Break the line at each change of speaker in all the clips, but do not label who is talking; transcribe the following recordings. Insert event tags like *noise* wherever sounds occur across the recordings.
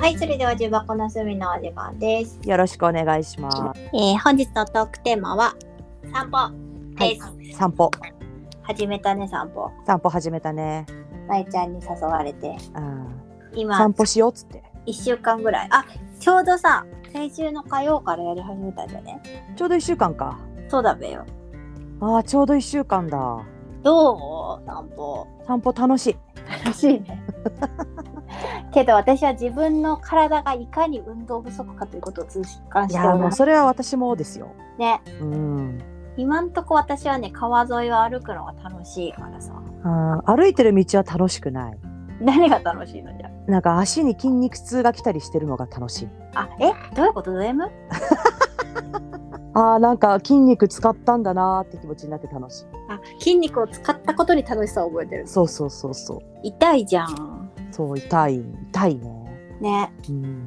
はい、それでは重箱の隅のお時間です。
よろしくお願いします。
えー本日のトークテーマは散歩です。
散歩、
始めたね散歩。
散歩始めたね。
まゆちゃんに誘われて、
うん、
今
散歩しようっつって。
一週間ぐらい。あ、ちょうどさ、先週の火曜からやり始めたんじゃね。
ちょうど一週間か。
そうだべよ。
ああ、ちょうど一週間だ。
どう散歩。
散歩楽しい。
楽しいね。 *laughs* けど私は自分の体がいかに運動不足かということを痛感
い
して
やー、
おり
もう
ます
それは私もですよ。
ね。
うん。
今んとこ私はね川沿いを歩くのが楽しいからさ。
あー歩いてる道は楽しくない。
何が楽しいのじゃあ。
なんか足に筋肉痛が来たりしてるのが楽しい。
あ、え、どういうことド M?
ああ、なんか筋肉使ったんだなーって気持ちになって楽しい。
あ筋肉を使ったことに楽しさを覚えてる
そうそうそうそう。
痛いじゃん
そう、痛い、痛いね。
ね
うん。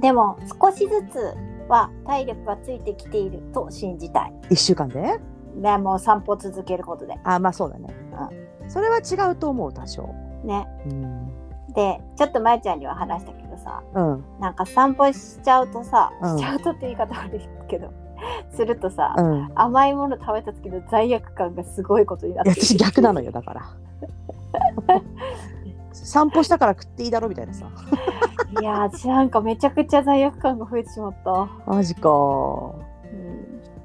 でも少しずつは体力がついてきていると信じたい
一週間で
ねもう散歩続けることで
あーまあそうだね。それは違うと思う、多少。
ね
うん。
でちょっとまゆちゃんには話したけどさ
うん。
なんか散歩しちゃうとさ、
うん
しちゃうとって言い方悪いけど *laughs* するとさ、
うん。
甘いもの食べた時の罪悪感がすごいことになって
いや
る
私逆なのよだから *laughs* 散歩したから食っていいだろみたいなさ
いや私なんかめちゃくちゃ罪悪感が増えてしまった
マジか
うん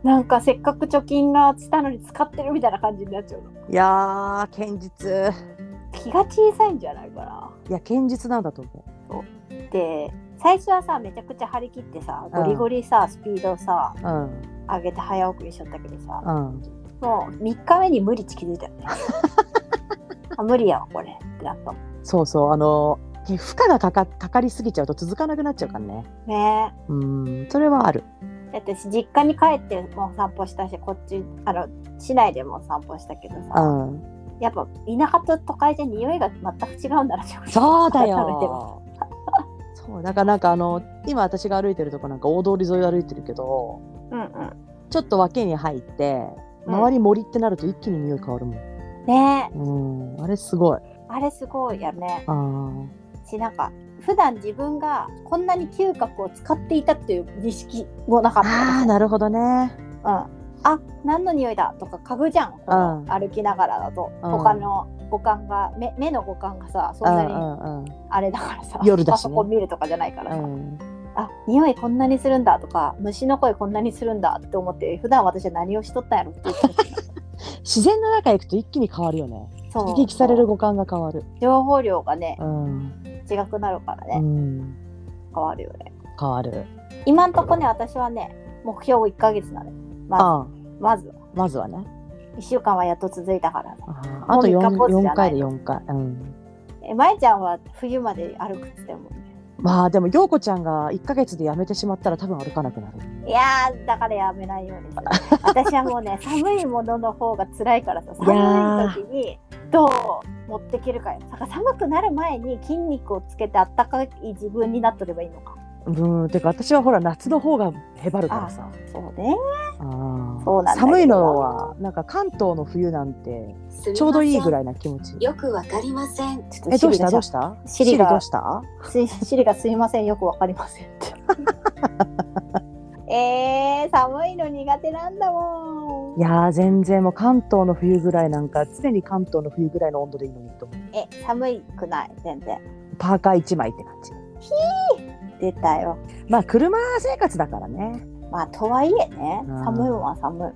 なんかせっかく貯金がしたのに使ってるみたいな感じになっちゃうの
いやー堅実
気が小さいんじゃないかない
や堅実なんだと思
で最初はさめちゃくちゃ張り切ってさゴリゴリさ、スピードさ
ううん
上げて早送りしちゃったけどさ
うん
もう3日目に無理って気づいた
*laughs*
よねあ無理やわこれってなった
そうそうあの負荷がかかかかりすぎちゃうと続かなくなっちゃうからね
ね
うんそれはある
えだって私実家に帰ってもう散歩したしこっちあの市内でも散歩したけど
う
さ
ん
やっぱ田舎と都会じゃ匂いが全く違うんだなってこと
そうだ
改めても
*laughs* よそうなんかなんかあの今私が歩いてるとこなんか大通り沿いを歩いてるけど
うんうん
ちょっと脇に入って
うん
周り森ってなると一気に匂い変わるもん
ねえ
うんあれすごい
あれすごいよね。
あー
しなんか普段自分がこんなに嗅覚を使っていたっていう認識もなかった
あー
な、
なるほどね
うん、あ何の匂いだとか嗅ぐじゃん、この歩きながらだと、
うん
他の五感が目目の五感がさそ
うんん
な
う
に
ん
あれだからさ、
夜だし
パソ
ね
コン見るとかじゃないからさ、
うん
あ匂いこんなにするんだとか虫の声こんなにするんだって思って普段私は何をしとったんやろって言ってたけど
自然の中行くと一気に変わるよね
そう
刺激される五感が変わる
情報量がね
うん、
違くなるからね、
うん、
変わるよね。
変わる
今んとこね私はね目標1ヶ月なのま
あ
ずま
あ
ずは
まずはね
1週間はやっと続いたから
あーあと
もう三日坊主
4,
じゃない
四回で4回うん
えまえちゃんは冬まで歩くっつってもんね
まあでも陽子ちゃんが1ヶ月でやめてしまったら多分歩かなくなる
いやーだからやめないようにする私はもうね *laughs* 寒いものの方が辛いからさ
いやー
寒い時にどう持っていけるかよだから寒くなる前に筋肉をつけてあったかい自分になっとればいいのか
うんてか私はほら夏の方がへばるからさ
そうね
あー
そうなんだけど
寒いのはなんか関東の冬なんてちょうどいいぐらいな気持ち
よくわかりません。
ちょっと
えどうし
シリが
たどうした
シ
シ
リ
リ
が
どうした
すいシリがすいませんよくわかりませんって *laughs* えー、寒いの苦手なんだもん
いやー全然もう関東の冬ぐらいなんか常に関東の冬ぐらいの温度でいいのにと思う
え寒いくない全然
パーカー1枚って感じ
出たよ
まあ車生活だからね
まあとはいえね
うん
寒いもんは寒いもん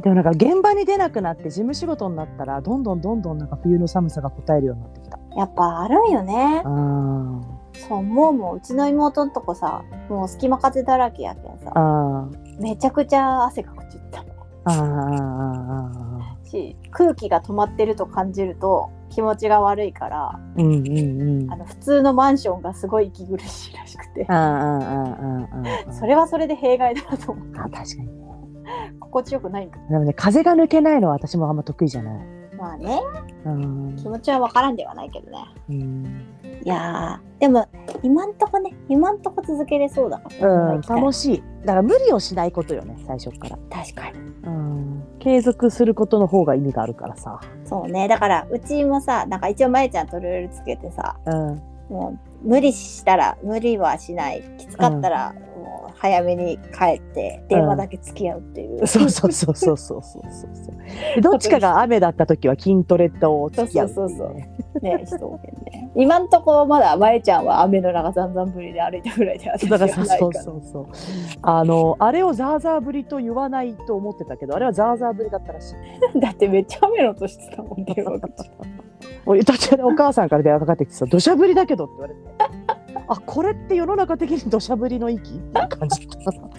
でもなんか現場に出なくなって事務仕事になったらどんどんどんどんなんか冬の寒さが応えるようになってきた
やっぱあるんよね
あー
そうもうもううちの妹のとこさもう隙間風だらけやけんさ
あー
めちゃくちゃ汗かくちった
あーあーあ
し空気が止まってると感じると気持ちが悪いから
ーうんうんうん
あ
あー
の普通のマンションがすごい息苦しいらしくて
あーあーあーあー
それはそれで弊害だなと思う
あ確かに
心地よくないんか
でもね風が抜けないのは私もあんま得意じゃない
まあね
うん
気持ちは分からんではないけどね
うん、
いやーでも今んとこね今んとこ続けれそうだから
うん、
このまま行
楽しいだから無理をしないことよね最初から
きたい確かに
うん継続することの方が意味があるからさ。
*laughs* そうねだからうちもさなんか一応まゆちゃんとルールつけてさ
うん、
もう無理したら無理はしないきつかったら、もう早めに帰って電話だけ付き合うっていう、
*laughs* そうそうそうそうそうそうそうでどっちかが雨だった時は筋トレと付き合うっていう、ね、
そうそうそうね人多いね今のところまだまえちゃんは雨の中ざんざんぶりで歩いたぐらいで私
だ
は
か
な
ら
いか
そう
ら
そうそうそうあのあれをザーザーぶりと言わないと思ってたけどあれはザーザーぶりだったらしい
だってめっちゃ雨の音してたもん電話口
俺途中でお母さんから電話かかってきてさ「土砂降りだけど」って言われてあこれって世の中的に土砂降りの域っていう感じ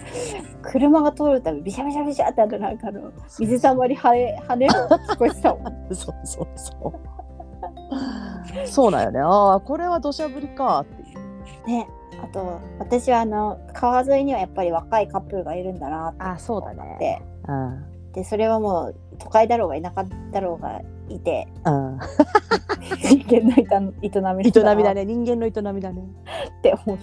*laughs* 車が通るたびビシャビシャビシャってあのなんかあの水たまり跳ね跳ねる音聞こえてたもん
*laughs* そうそうそうそうなんよねああこれは土砂降りかっていう
ねあと私はあの川沿いにはやっぱり若いカップルがいるんだなって
あそうだ
思っ
ね
て
うん
でそれはもう都会だろうが田舎だろうがいて
*laughs* うん
人間の営みなん
営み
だな
だ
っ
ね人間の営みだね
て思っ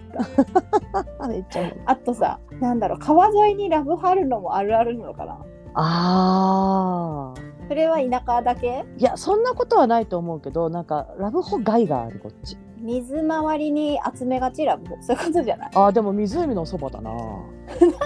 た
あめっちゃ
あとさなんだろう川沿いにラブ貼るのもあるあるなのかな
ああ
それは田舎だけ
いやそんなことはないと思うけどなんかラブホ害があるこっち
水回りに集めがちラブそういうことじゃない
あーでも湖のそばだな
な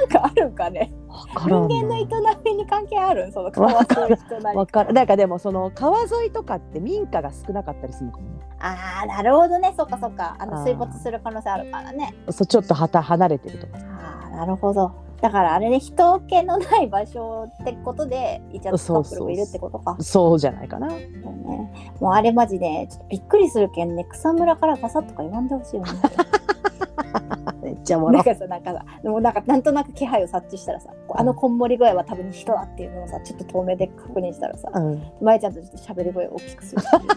んかあるんかね人
人
間の営みに関係あるんその川沿いとなり
わかるなんかでもその川沿いとかって民家が少なかったりするのかもね
ああなるほどねそっかそっかあの
あー
水没する可能性あるからね
そうちょっとはた離れてるとか
ああなるほどだからあれね人気のない場所ってことでイチャつくカップルがいるってことか
そうじゃないかな
そうねもうあれマジでちょっとびっくりするけんね草むらからガサッとか言わんでほしいよね
めっちゃ
*laughs* なんかさなんかさでもなんかなんとなく気配を察知したらさこうあのこんもり具合は多分人だっていうのをさちょっと遠目で確認したらさ
う、うん、
まえちゃんとちょっと喋り声を大きくするっていう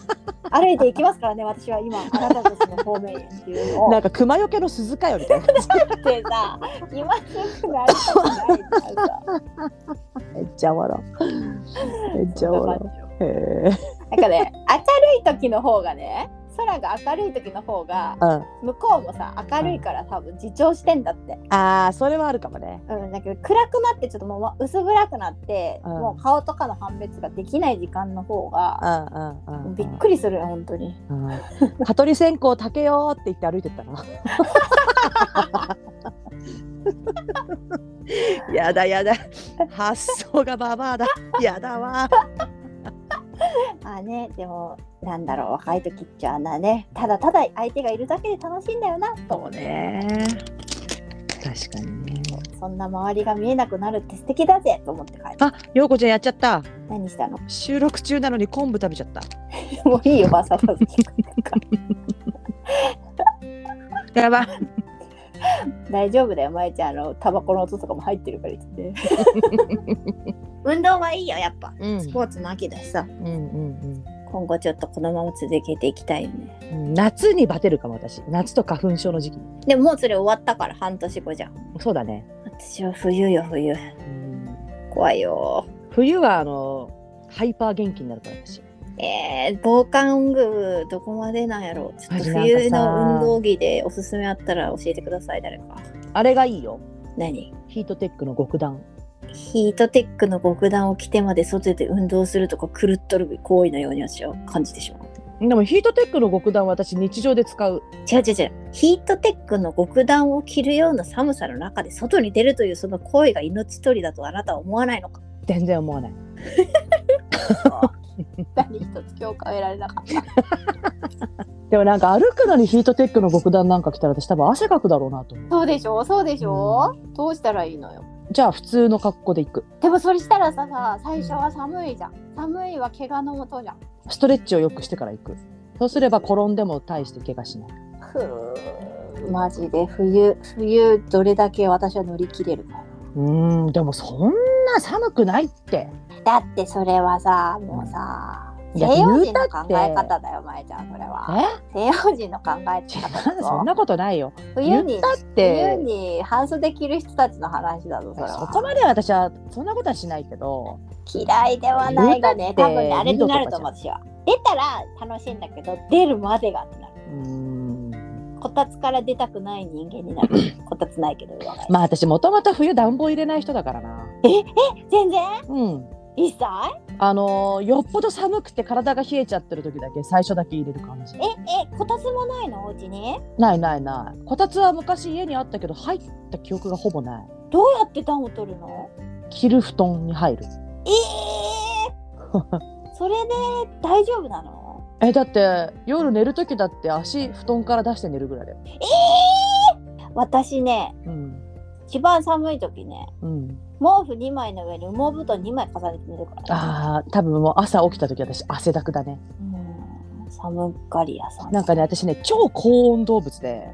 歩いていきますからね私は今あなたたちの方面へっていうのを
なんか熊よけの鈴かよみたいな感じ
ってさ、気まずくなりたくないからさ。
めっちゃ笑うめっちゃ笑
そんな感じよ
うへえ
なんかね、明るい時の方がね、空が明るい時の方が、
うん
向こうもさ、明るいから多分自重してんだって。
あーそれはあるかもね
うん、だけど暗くなってちょっともうま薄暗くなって、
うん
もう顔とかの判別ができない時間の方
う
が、
んうんうんうん
びっくりするよ、本当に。
うん蚊取り線香竹よーって言って歩いてったな。 *laughs* やだやだ発想がババアだやだわ
まあね、でも、なんだろう、若い時ってあんなね、ただただ相手がいるだけで楽しいんだよな、と思って。
ね確かにね
そんな周りが見えなくなるって素敵だぜ、と思って帰って。
あ陽子ちゃんやっちゃった
何したの
収録中なのに昆布食べちゃった
もういいよ、バサバサ聞くから。
やば
*laughs* 大丈夫だよ、まえちゃん、あの、タバコの音とかも入ってるから言
*laughs*
って。運動はいいよ、やっぱ。
うん
スポーツの秋だしさ。
うんうん
今後ちょっとこのまま続けていきたいよね。
うん夏にバテるかも私夏と花粉症の時期
でももうそれ終わったから半年後じゃん。
そうだね、
私は冬よ、冬。
うん
怖いよ。
冬はあのハイパー元気になるから私
えー、防寒具どこまでなんやろうちょっと冬の運動着でおすすめあったら教えてください誰か
あれがいいよ
何
ヒートテックの極暖
ヒートテックの極暖を着てまで外で運動するとか狂っとる行為のように私は感じてしまう
でもヒートテックの極暖は私日常で使う
違う違う違うヒートテックの極暖を着るような寒さの中で外に出るというその行為が命取りだとあなたは思わないのか
全然思わない
何一つ共感得られなかっ
でもなんか歩くのにヒートテックの極暖なんか来たら私多分汗かくだろうなと思う
たそうでしょそうで
しょ
どうしたらいいのよ
じゃあ普通の格好で行く
でもそれしたらさ最初は寒いじゃん寒いは怪我のもとじゃん
ストレッチをよくしてから行くそうすれば転んでも大して怪我しない
ふうマジで冬冬どれだけ私は乗り切れるか
うーんでもそんな寒くないって
だってそれはさもうさ
い
西
や
洋人の考
言
え
うたって
方だよまえちゃんそれは
え
西洋人の考え方だぞ
そんなことないよ
冬に
言ったって
冬に半袖着る人たちの話だぞそれ
そこ
は
までは私はそんなことはしないけど
嫌いではないがね
言
多
うたっ
分
て
ねあれになると思う私は出たら楽しいんだけど出るまでがってなる
うーん
こたつから出たくない人間
*laughs*
になるこたつないけど我が家
まあ私もともと冬暖房入れない人だからな
全然
うん
一歳
あのーよっぽど寒くて体が冷えちゃってる時だけ最初だけ入れる感じ
ええこたつもないのお家に
ないないないこたつは昔家にあったけど入った記憶がほぼない
どうやって暖を取るの
着る布団に入る
え
*laughs*
ー、それで大丈夫なの
えだって夜寝る時だって足布団から出して寝るぐらいだよ
私ね
うん
一番寒い時ね
うん
毛布2枚の上に羽毛布団2枚重ねて寝るから、ね、
あー多分もう朝起きた時私汗だくだね
うん寒がり屋さん
なんかね私ね超高温動物で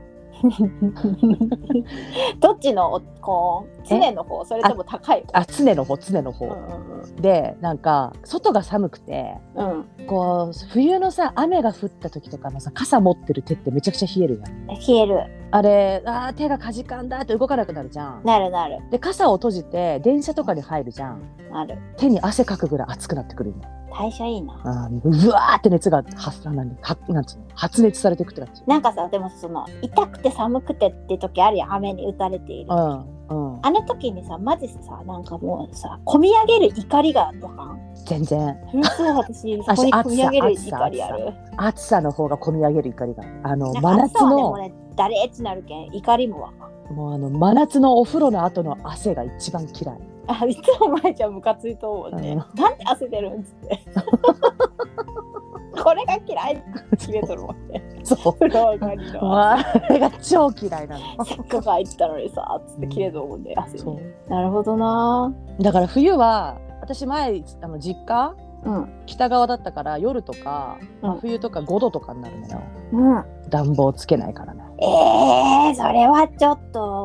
どっちのお高温常の方それとも高い
あ常の方常の方、
方うん
でなんか外が寒くて
うんうん
こう冬のさ雨が降った時とかのさ傘持ってる手ってめちゃくちゃ冷えるじゃん
冷える
あれあー手がかじかんだって動かなくなるじゃん
なるなる
で傘を閉じて電車とかに入るじゃん
なる
手に汗かくぐらい熱くなってくるんだ
代謝いいな
あーうわーって熱が発なんなんなんつうの発熱されていくって感じ
なんかさでもその痛くて寒くてって時あるやん雨に打たれている、
うんうん
あの時にさマジさなんかもうさ込み上げる怒りがわか
*laughs*
ん
全然
そう私そ
あ
こに込み上げる
暑さ
怒りある
暑さの方が込み上げる怒りがあの
なん
真
か暑
夏
さはで
の
もねだれーっちなるけん怒りもわかん
もうあの真夏のお風呂の後の汗が一番嫌い
あいつも前ちゃんムカついと思うね、
うん
なんで汗出るんっつって *laughs* これが嫌いって決めとるわね
*laughs* そう
風呂上がりの
あれが超嫌いなの。
せっかく入ってたのにさつって切れと思うね汗
そ
に
う
なるほどな
だから冬は私前あの実家
うん
北側だったから夜とか、まあ
うん
冬とか5度とかになるのよ
うん
暖房つけないからね
えー、それはちょっ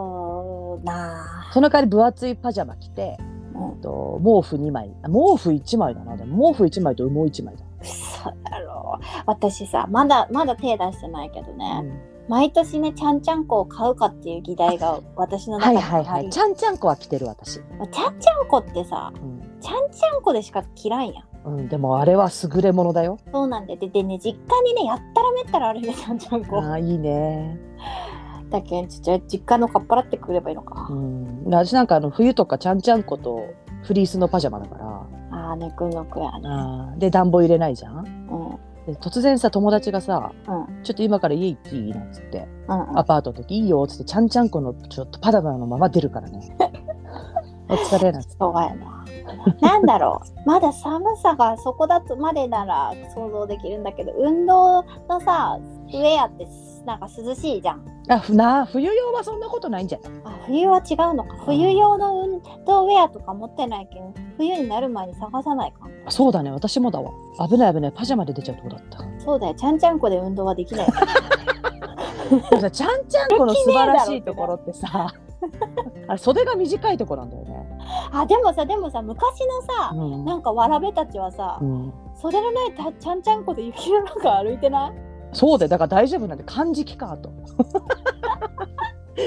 とな
その代わり分厚いパジャマ着て、
うん
えっと毛布2枚あ毛布1枚だなでも毛布1枚と羽毛1枚だ、
嘘だろ私さまだまだ手出してないけどね、
うん
毎年ねちゃんちゃんこを買うかっていう議題が私の中
はい
に
はい
あ
は
り
いちゃんちゃんこは着てる私、
ちゃんちゃんこってさ
うん
ちゃんちゃんこでしか着らんやん
うん、でもあれは優れものだよ
そうなんでででね実家にねやったらめったらあるねちゃんちゃん
あ
こ
ーいいね、
だけんちょっと実家のかっぱらってくればいいのか
うん、私なんかあの冬とかちゃんちゃんことフリースのパジャマだから
ああぬくぬくやね
あーで暖房入れないじゃん
うんうん
で突然さ友達がさ
うん
「ちょっと今から家行っていい?」なんつって
うん
アパートの時「いいよ」っつってちゃんちゃんこのちょっとパダマのまま出るからねお疲れなんつって
そうやななんだろうまだ寒さがそこだとまでなら想像できるんだけど運動のさウェアってなんか涼しいじゃん
あふな冬用はそんなことないんじゃない
あ冬は違うのか冬用の運動ウェアとか持ってないけど冬になる前に探さないか
あそうだね私もだわ危ない危ないパジャマで出ちゃうとこだった
そうだよちゃんちゃんこで運動はでき
*laughs*
ないよ
でもさちゃんちゃんこの素晴らしいところってさあれ袖が短いとこなんだよね、
あでもさでもさ昔のさ
うん
なんかわらべたちはさ
うん
袖のないたちゃんちゃんこで雪の中歩いてない
そうでだから大丈夫なんで漢字機かと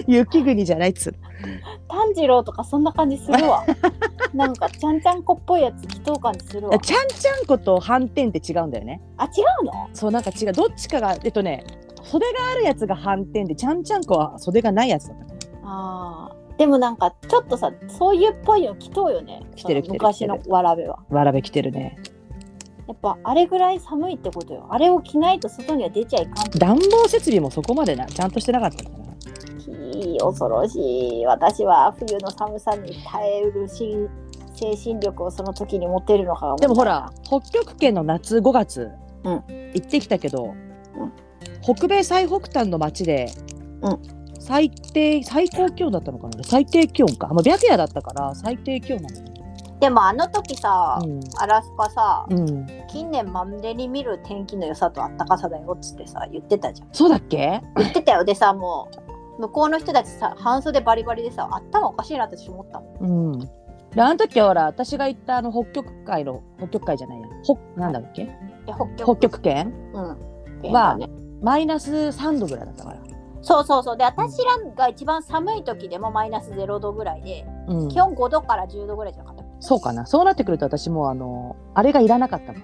雪国じゃないっつう
炭治郎とかそんな感じする
*laughs*
わなんかちゃんちゃんこっぽいやつ祈祷感じするわ
ちゃんちゃんこと反転って違うんだよね
あ違うの
そうなんか違うどっちかがえっとね袖があるやつが反転でちゃんちゃんこは袖がないやつだった
あーでもなんかちょっとさそういうっぽいの着とうよね
着て
その
る着てる
昔のわらべは
わらべ着てるね
やっぱあれぐらい寒いってことよあれを着ないと外には出ちゃいかんって
暖房設備もそこまでなちゃんとしてなかったんだな
恐ろしい私は冬の寒さに耐えうる心精神力をその時に持てるのかが問題
でもほら北極圏の夏5月、
うん
行ってきたけど、
うん
北米最北端の町で、
うん
最低最高気温だったのかな最低気温か、まあ、白夜だったから最低気温なんだ
でもあの時さ、
う
アラスカさ、
ん、うん、
近年まんでに見る天気の良さと暖かさだよっつってさ言ってたじゃん
そうだっけ
言ってたよでさもう向こうの人たちさ半袖バリバリでさ頭おかしいなって私思ったもん
うん。であの時はほら私が行ったあの北極海の北極海じゃないや北なんだっけ
いや北極
北極圏
うん、
はマイナス3度ぐらいだったから、
そうそうそうで私らが一番寒い時でもマイナス0度ぐらいで、
うん、
基本5度から10度ぐらいじゃなかったっ
そうかなそうなってくると私もうあのあれがいらなかったもん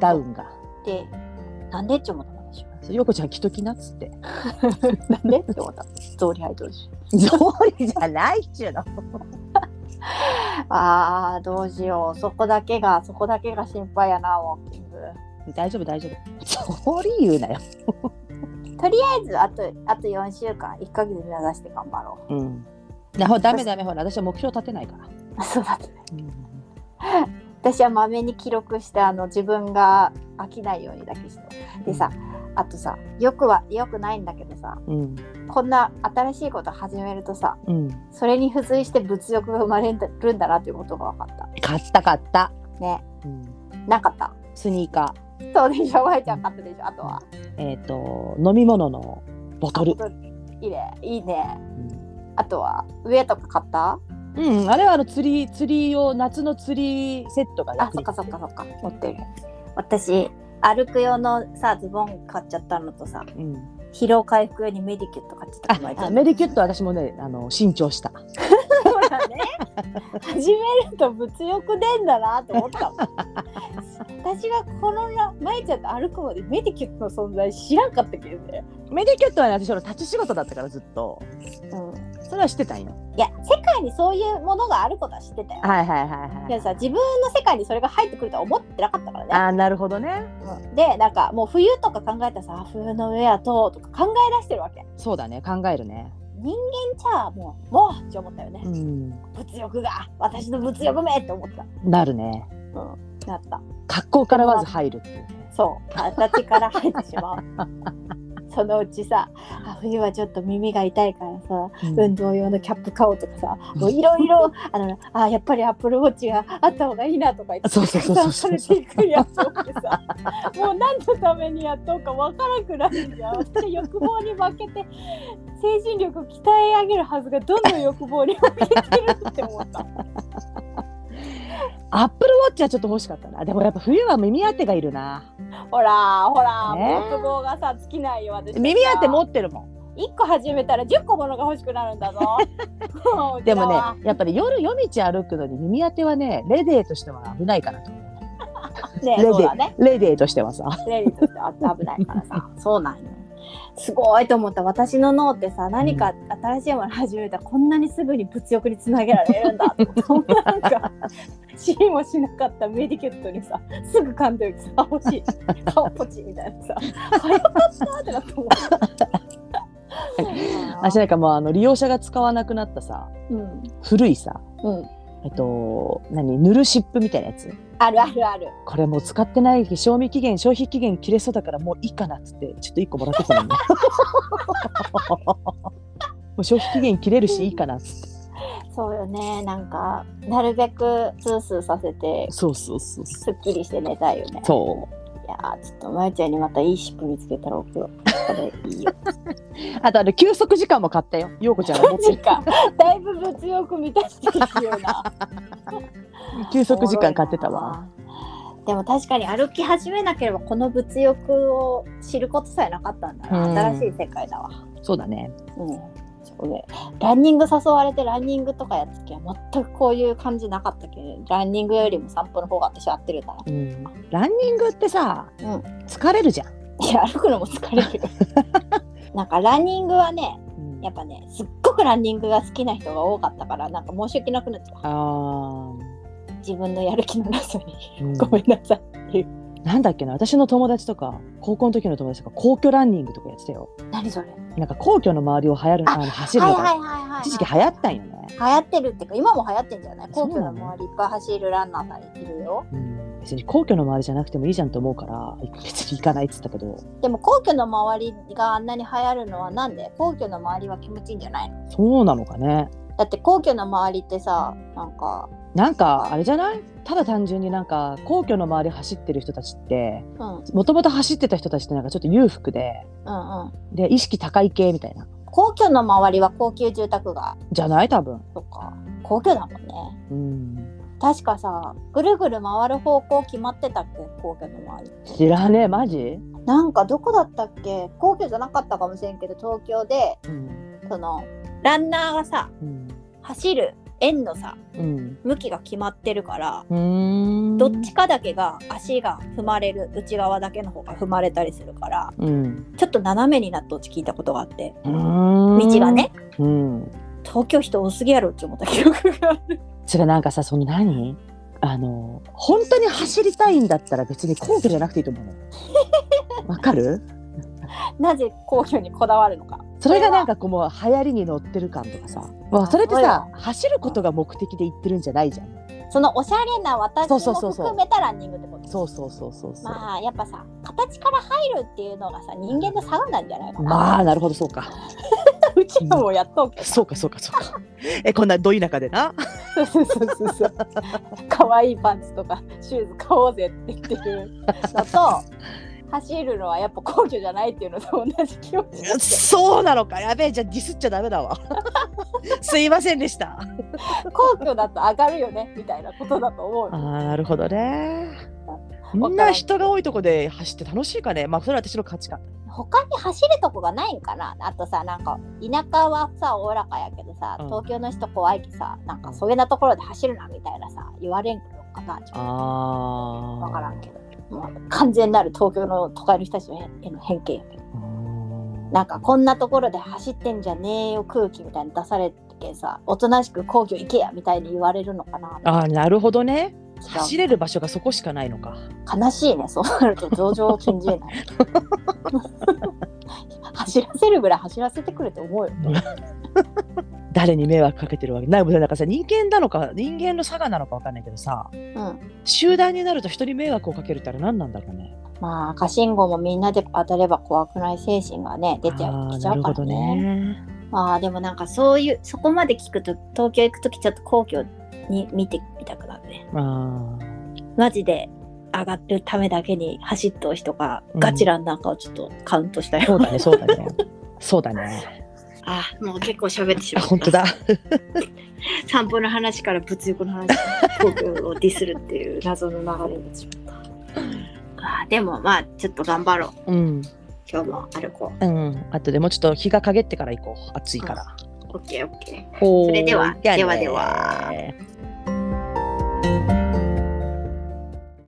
ダウンが
けでなんでって思ったの私は
「よこちゃん着ときな」っつって
*laughs* なんでって思ったゾーリハイドル
「ゾーリじゃないっちゅうの」
あーどうしようそこだけがそこだけが心配やなウォーキング
大丈夫大丈夫それ言うなよ
とりあえずあとあと4週間1ヶ月目指して頑張ろう
うんだほらダメダメほら私は目標立てないから、
あ *laughs* そうだ私はまめに記録してあの自分が飽きないようにだけしてでさあとさよくはよくないんだけどさ
うん
こんな新しいこと始めるとさ
うん
それに付随して物欲が生まれるんだなということが分かった
買った買った、
ね
うん、
なかった
スニーカー
そうでしょまいちゃん買ったでしょあとは
えっ、と飲み物のボトル、
いいねいいね
うん
あとは上とか買った
うん、あれはあの釣り釣り用夏の釣りセットが
あ
役
そっ
に
かそっかそっか持ってる私歩く用のさズボン買っちゃったのとさ
うん、
疲労回復用にメディキュット買っちゃった
あ
この間
あメリキュット私もねあの新調した
そうだね。始めると物欲出んだなと思ったもん。私がこのな舞ちゃんと歩くまでメディキュットの存在知らんかったけどね。
メディキュットはね私ほら立ち仕事だったからずっと
うん。
それは知ってたんよ
いや世界にそういうものがあることは知ってたよ。
はいはいはい
で
は
も
い
さ自分の世界にそれが入ってくるとは思ってなかったからね。
あーなるほどね
うんでなんかもう冬とか考えたらさあ冬のウェアととか考え出してるわけ。
そうだね考えるね
人間じゃあもうもうって思ったよね。
うん
物欲が私の物欲めって思った。
なるね
なった。
格好からまず入るっていうね
そう形から入ってし
*laughs*
まうそのうちさあ冬はちょっと耳が痛いからさ運動用のキャップ買おうとかさもういろいろあのあやっぱりアップルウォッチがあった方がいいなとか言って
そうそうそうそうそう
たくさんされていくやつをってさもう何のためにやっとうかわからなくなるんじゃん私は欲望に負けて精神力を鍛え上げるはずがどんどん欲望に負けてるって思った
アップルウォッチはちょっと欲しかったなでもやっぱ冬は耳当てがいるな
ほらほら、
ね
欲望がさ尽きないよ私はさ
耳当て持ってるもん
一個始めたら十個ものが欲しくなるんだぞ。うち
*laughs* で
ら
も
は
ねやっぱり夜夜道歩くのに耳当てはねレデーとしては危ないかなと
ね
レデ
そう
ー、
だね。
レデーとしてはさ
レディとしては危ないからさ。
*laughs*
そうなんよ。すごいと思った私の脳ってさ何か新しいもの始めたらこんなにすぐに物欲につなげられるんだと思ったなんか知りもしなかったメディケットにさすぐ噛んでおいてさあ欲しい顔ポチみたいなさ早かったってなって思った
私なんか *laughs* もうあの利用者が使わなくなったさ
うん
古いさ
うん
えっと何ぬるシップみたいなやつ
あるあるある
これもう使ってない賞味期限消費期限切れそうだからもういいかなっつってちょっと1個もらってきた
*laughs*
のねもう消費期限切れるしいいかなっつって
そうよねなんかなるべくスースーさせて
そうそうそうそう
すっきりして寝たいよね。
そ
いやーちょっとまゆちゃんにまたいいシップ見つけたら送ろう。これ
*laughs*
いいよ。
うあとあの休息時間も買ったよ陽子ちゃんが持って
なん
る
かだいぶ物欲満たしていくような。
休息時間買ってたわ。
でも確かに歩き始めなければこの物欲を知ることさえなかったんだな。
うん
新しい世界だわ。
そうだね
うん。そうね、ランニング誘われてランニングとかやった時は全くこういう感じなかったけどランニングよりも散歩の方が私は合ってるんだな
うんランニングってさ、
うん
疲れるじゃん、
いや歩くのも疲れる *laughs* よなんかランニングはねやっぱねすっごくランニングが好きな人が多かったからなんか申し訳なくなっちゃっ
あー
た自分のやる気のなさに *laughs*
うん
ごめんなさい
なんだっけな私の友達とか高校の時の友達とか皇居ランニングとかやってたよ
何それは
なんか皇居の周りを流行るあの
い
走る
はい
のが
はいはい、はい、
一時期流行ったんよね、
流行ってるっていうか今も流行ってんじゃない
そ
皇
う
居の
なの
周りいっぱい走るランナーさんいるよ
うん別に皇居の周りじゃなくてもいいじゃんと思うから別に行かないっつったけど
でも皇居の周りがあんなに流行るのはなんで皇居の周りは気持ちいいんじゃないの
そうなのかね
だって皇居の周りってさなんか
なんかあれじゃないただ単純になんか皇居の周り走ってる人たちって
うんうん
もともと走ってた人たちってなんかちょっと裕福で
うん
で意識高い系みたいな
皇居の周りは高級住宅が
じゃない多分
とか皇居だもんね
うん
確かさぐるぐる回る方向決まってたっけ皇居の周り
知らねえマジ、
なんかどこだったっけ皇居じゃなかったかもしれんけど東京で
うん
そのランナーがさ
うん
走る円のさ
うん
向きが決まってるから
うーん
どっちかだけが足が踏まれる内側だけの方が踏まれたりするから
うん
ちょっと斜めになったうち聞いたことがあって
うーん
道がね
うん
東京人多すぎやろって思った記憶がある *laughs*
それなんかさその何あの本当に走りたいんだったら別に皇居じゃなくていいと思う *laughs* のわかる
なぜ皇居にこだわるのか
それがなんかこうもう流行りに乗ってる感とかさまあそれって
そう
さ
よ
走ることが目的で行ってるんじゃないじゃん
そのおしゃれな私
そ
も
うそうそうそう
含めたランニングってこと
そうそうそうそうそう、
まあやっぱさ形から入るっていうのがさ人間の差なんじゃないかな、 *laughs*
まあなるほどそうか
うちのもやっとくけ
そうかそうかそう *laughs* かえこんなど田舎でな
どそうそうそうそう可愛いパンツとかシューズ買おうぜって言ってるのと走るのはやっぱ皇居じゃないっていうのと同じ気持ち
*laughs*
だし
*laughs* そうなのかやべえじゃあディスっちゃダメだ *laughs* わすいませんでした
皇居だと上がるよねみたいなことだと思う
あ
よ
ーなるほどね
わ
みん
から
なん人が多いとこで走って楽しいかねまあそれは私の価値観
他に走るとこがないんかなあとさなんか田舎はさおおらかやけどさ、
うん
東京の人怖いきさなんかそういうなところで走るなみたいなさ言われんのかなちょっと
あ
わからんけど、もう完全なる東京の都会の人たちのへへの偏見やけどなんかこんなところで走ってんじゃねえよ空気みたいに出されてけさおとなしく皇居行けやみたいに言われるのかな
あーなるほどね
違う
走れる場所がそこしかないのか
悲しいねそうなると上場を禁じえない
*laughs*
走らせるぐらい走らせてくれって思うよ、
誰に迷惑かけてるわけないもんなんかさ人間なのか人間の差がなのかわかんないけどさ
うん、
集団になると人に迷惑をかけるってあれ何なんだろうね
まあ赤信号もみんなで当たれば怖くない精神がね出てきち
あー
ゃ
な
う
る
か
ほ
ら
ど
ね
ね
ああでもなんかそういうそこまで聞くと東京行く時ちょっと皇居に見てみたくなるね
あー
マジで上がるためだけに走っとう人がガチランなんかをちょっとカウントしたよ、
そうだねそうだねそ
*laughs*
うだね
ああもう結構喋ってし
あ
まった
本当だ
散歩の話から物欲の話皇居をディスるっていう謎の流れになってしまったああでもまあちょっと頑張ろう
うん
今日も歩こ
うんあとでもうちょっと日が陰ってから行こう暑いから
うオッケーオッケー
そ
れでは
では
ではでは
ね